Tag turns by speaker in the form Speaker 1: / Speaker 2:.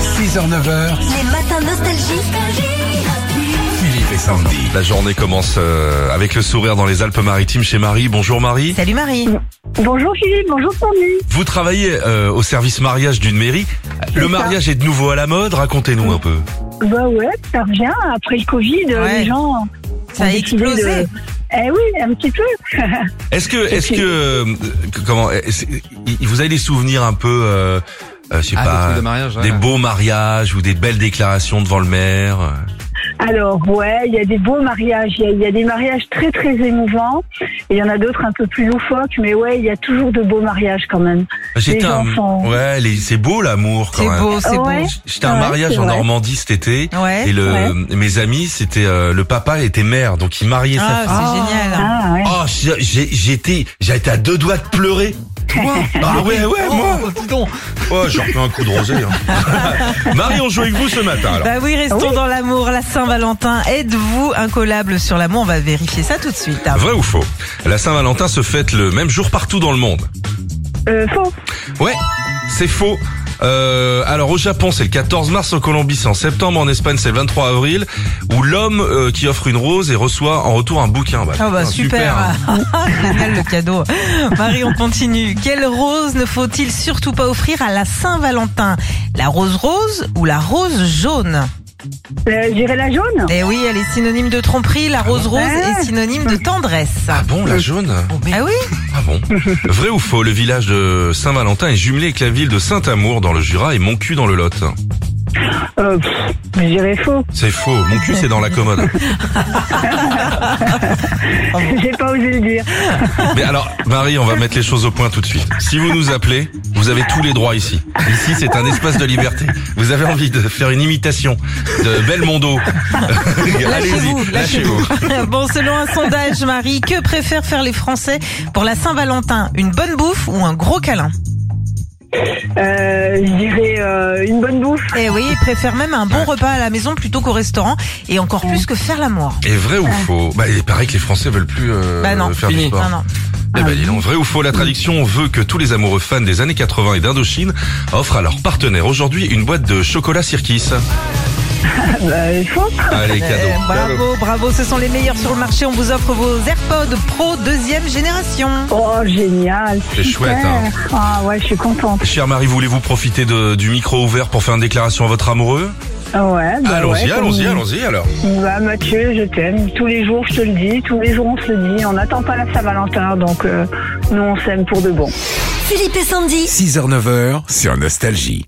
Speaker 1: 6h, 9h,
Speaker 2: Les matins nostalgiques.
Speaker 1: Philippe et Sandy.
Speaker 3: La journée commence euh, avec le sourire dans les Alpes-Maritimes chez Marie. Bonjour Marie.
Speaker 4: Salut Marie.
Speaker 5: Bonjour Philippe, bonjour Sandy.
Speaker 3: Vous travaillez euh, au service mariage d'une mairie. Le
Speaker 5: ça.
Speaker 3: mariage est de nouveau à la mode. Racontez-nous un peu.
Speaker 5: Bah ouais, ça revient. Après le Covid, euh,
Speaker 4: Ouais.
Speaker 5: les gens.
Speaker 4: Ça
Speaker 5: ont
Speaker 4: a
Speaker 5: décidé de-
Speaker 4: explosé.
Speaker 5: Eh oui, un petit peu.
Speaker 3: Est-ce que, est-ce que, euh, que- comment, euh, c'est- il- vous avez des souvenirs un peu, euh, euh, je sais
Speaker 6: Ah, des
Speaker 1: Bah,
Speaker 3: pas,
Speaker 6: trucs de mariage, ouais.
Speaker 3: des beaux mariages ou des belles déclarations devant le maire. Euh,
Speaker 5: Alors ouais, il y a des beaux mariages, il y a- il y, a des mariages très très émouvants. Et il y en a d'autres un peu plus loufoques, mais ouais, il y a toujours de beaux mariages quand même.
Speaker 3: J'étais
Speaker 5: Les
Speaker 3: un,
Speaker 5: enfants.
Speaker 3: ouais, les- c'est beau l'amour quand
Speaker 4: C'est
Speaker 3: même.
Speaker 4: beau, c'est
Speaker 5: Ouais.
Speaker 3: J'étais à un
Speaker 5: Ouais,
Speaker 3: mariage
Speaker 5: c'est
Speaker 3: en
Speaker 5: vrai.
Speaker 3: Normandie cet été.
Speaker 4: beau. Ouais.
Speaker 3: Et le, mes amis, c'était euh, le papa était maire, donc il mariait sa
Speaker 4: Ah, c'est génial.
Speaker 5: Ah ouais.
Speaker 3: Oh, j'ai- j'ai- j'étais, j'étais à deux doigts de pleurer. Moi Ah ouais, ouais, moi
Speaker 6: Oh, dis donc.
Speaker 3: Oh, j'ai repris un coup de rosé. hein. Marie, on joue avec vous ce matin, alors.
Speaker 4: Bah oui, restons dans l'amour, la Saint-Valentin. Êtes-vous incollable sur l'amour On va vérifier ça tout de suite.
Speaker 3: Vrai ou faux La Saint-Valentin se fête le même jour partout dans le monde.
Speaker 5: Euh, faux.
Speaker 3: Ouais, c'est faux. Euh, alors au Japon c'est le 14 mars, en Colombie c'est en septembre, en Espagne c'est le 23 avril, où l'homme euh, qui offre une rose et reçoit en retour un bouquin. Bah,
Speaker 4: Ah bah
Speaker 3: putain,
Speaker 4: super,
Speaker 3: hein.
Speaker 4: Génial, le cadeau. Marie, on continue. Quelle rose ne faut-il surtout pas offrir à la Saint-Valentin La rose rose ou la rose jaune
Speaker 5: Euh, J'irai la jaune.
Speaker 4: Eh oui, elle est synonyme de tromperie. La rose rose est synonyme de tendresse.
Speaker 3: Ah bon la jaune
Speaker 4: Ah oui
Speaker 3: Ah bon Vrai ou faux Le village de Saint-Valentin est jumelé avec la ville de Saint-Amour dans le Jura et Moncu dans le Lot.
Speaker 5: Euh, pff, J'irai faux.
Speaker 3: C'est faux, Moncu c'est dans la commode.
Speaker 4: Ah
Speaker 5: J'ai pas osé le dire.
Speaker 3: Mais alors, Marie, on va mettre les choses au point tout de suite. Si vous nous appelez, vous avez tous les droits ici. Ici, c'est un espace de liberté. Vous avez envie de faire une imitation de Belmondo
Speaker 4: Lâchez-vous,
Speaker 3: Allez-y, lâchez-vous.
Speaker 4: bon, selon un sondage, Marie, que préfèrent faire les Français pour la Saint-Valentin Une bonne bouffe ou un gros câlin
Speaker 5: Euh, J'irai euh, une bonne bouffe.
Speaker 4: Eh oui, ils préfèrent même un bon repas à la maison plutôt qu'au restaurant et encore plus que faire l'amour.
Speaker 3: Et vrai ou faux Bah, il paraît que les Français veulent plus euh,
Speaker 4: Bah non.
Speaker 3: faire du
Speaker 6: Fini.
Speaker 3: sport.
Speaker 4: Non, non.
Speaker 3: Eh
Speaker 5: Ah
Speaker 3: ben, dis donc, vrai ou faux, la traduction veut que tous les amoureux fans des années 80 et d'Indochine offrent à leur partenaire aujourd'hui une boîte de chocolat Sirkis.
Speaker 5: Euh, faux.
Speaker 3: Allez, cadeau.
Speaker 4: Eh, bravo, bravo, ce sont les meilleurs sur le marché. On vous offre vos AirPods Pro deuxième génération.
Speaker 5: Oh génial.
Speaker 3: C'est
Speaker 5: super.
Speaker 3: chouette, hein.
Speaker 5: Ah ouais, je suis contente.
Speaker 3: Chère Marie, voulez-vous profiter de- du micro ouvert pour faire une déclaration à votre amoureux
Speaker 5: Ouais. bah
Speaker 3: Allons-y,
Speaker 5: ouais, comme-
Speaker 3: allons-y, allons-y alors.
Speaker 5: Bah Mathieu, je t'aime. Tous les jours, je te le dis. Tous les jours, on se le dit. On n'attend pas la Saint-Valentin, donc euh, nous, on s'aime pour de bon.
Speaker 2: Philippe et Sandy.
Speaker 1: 6h, 9h sur Nostalgie.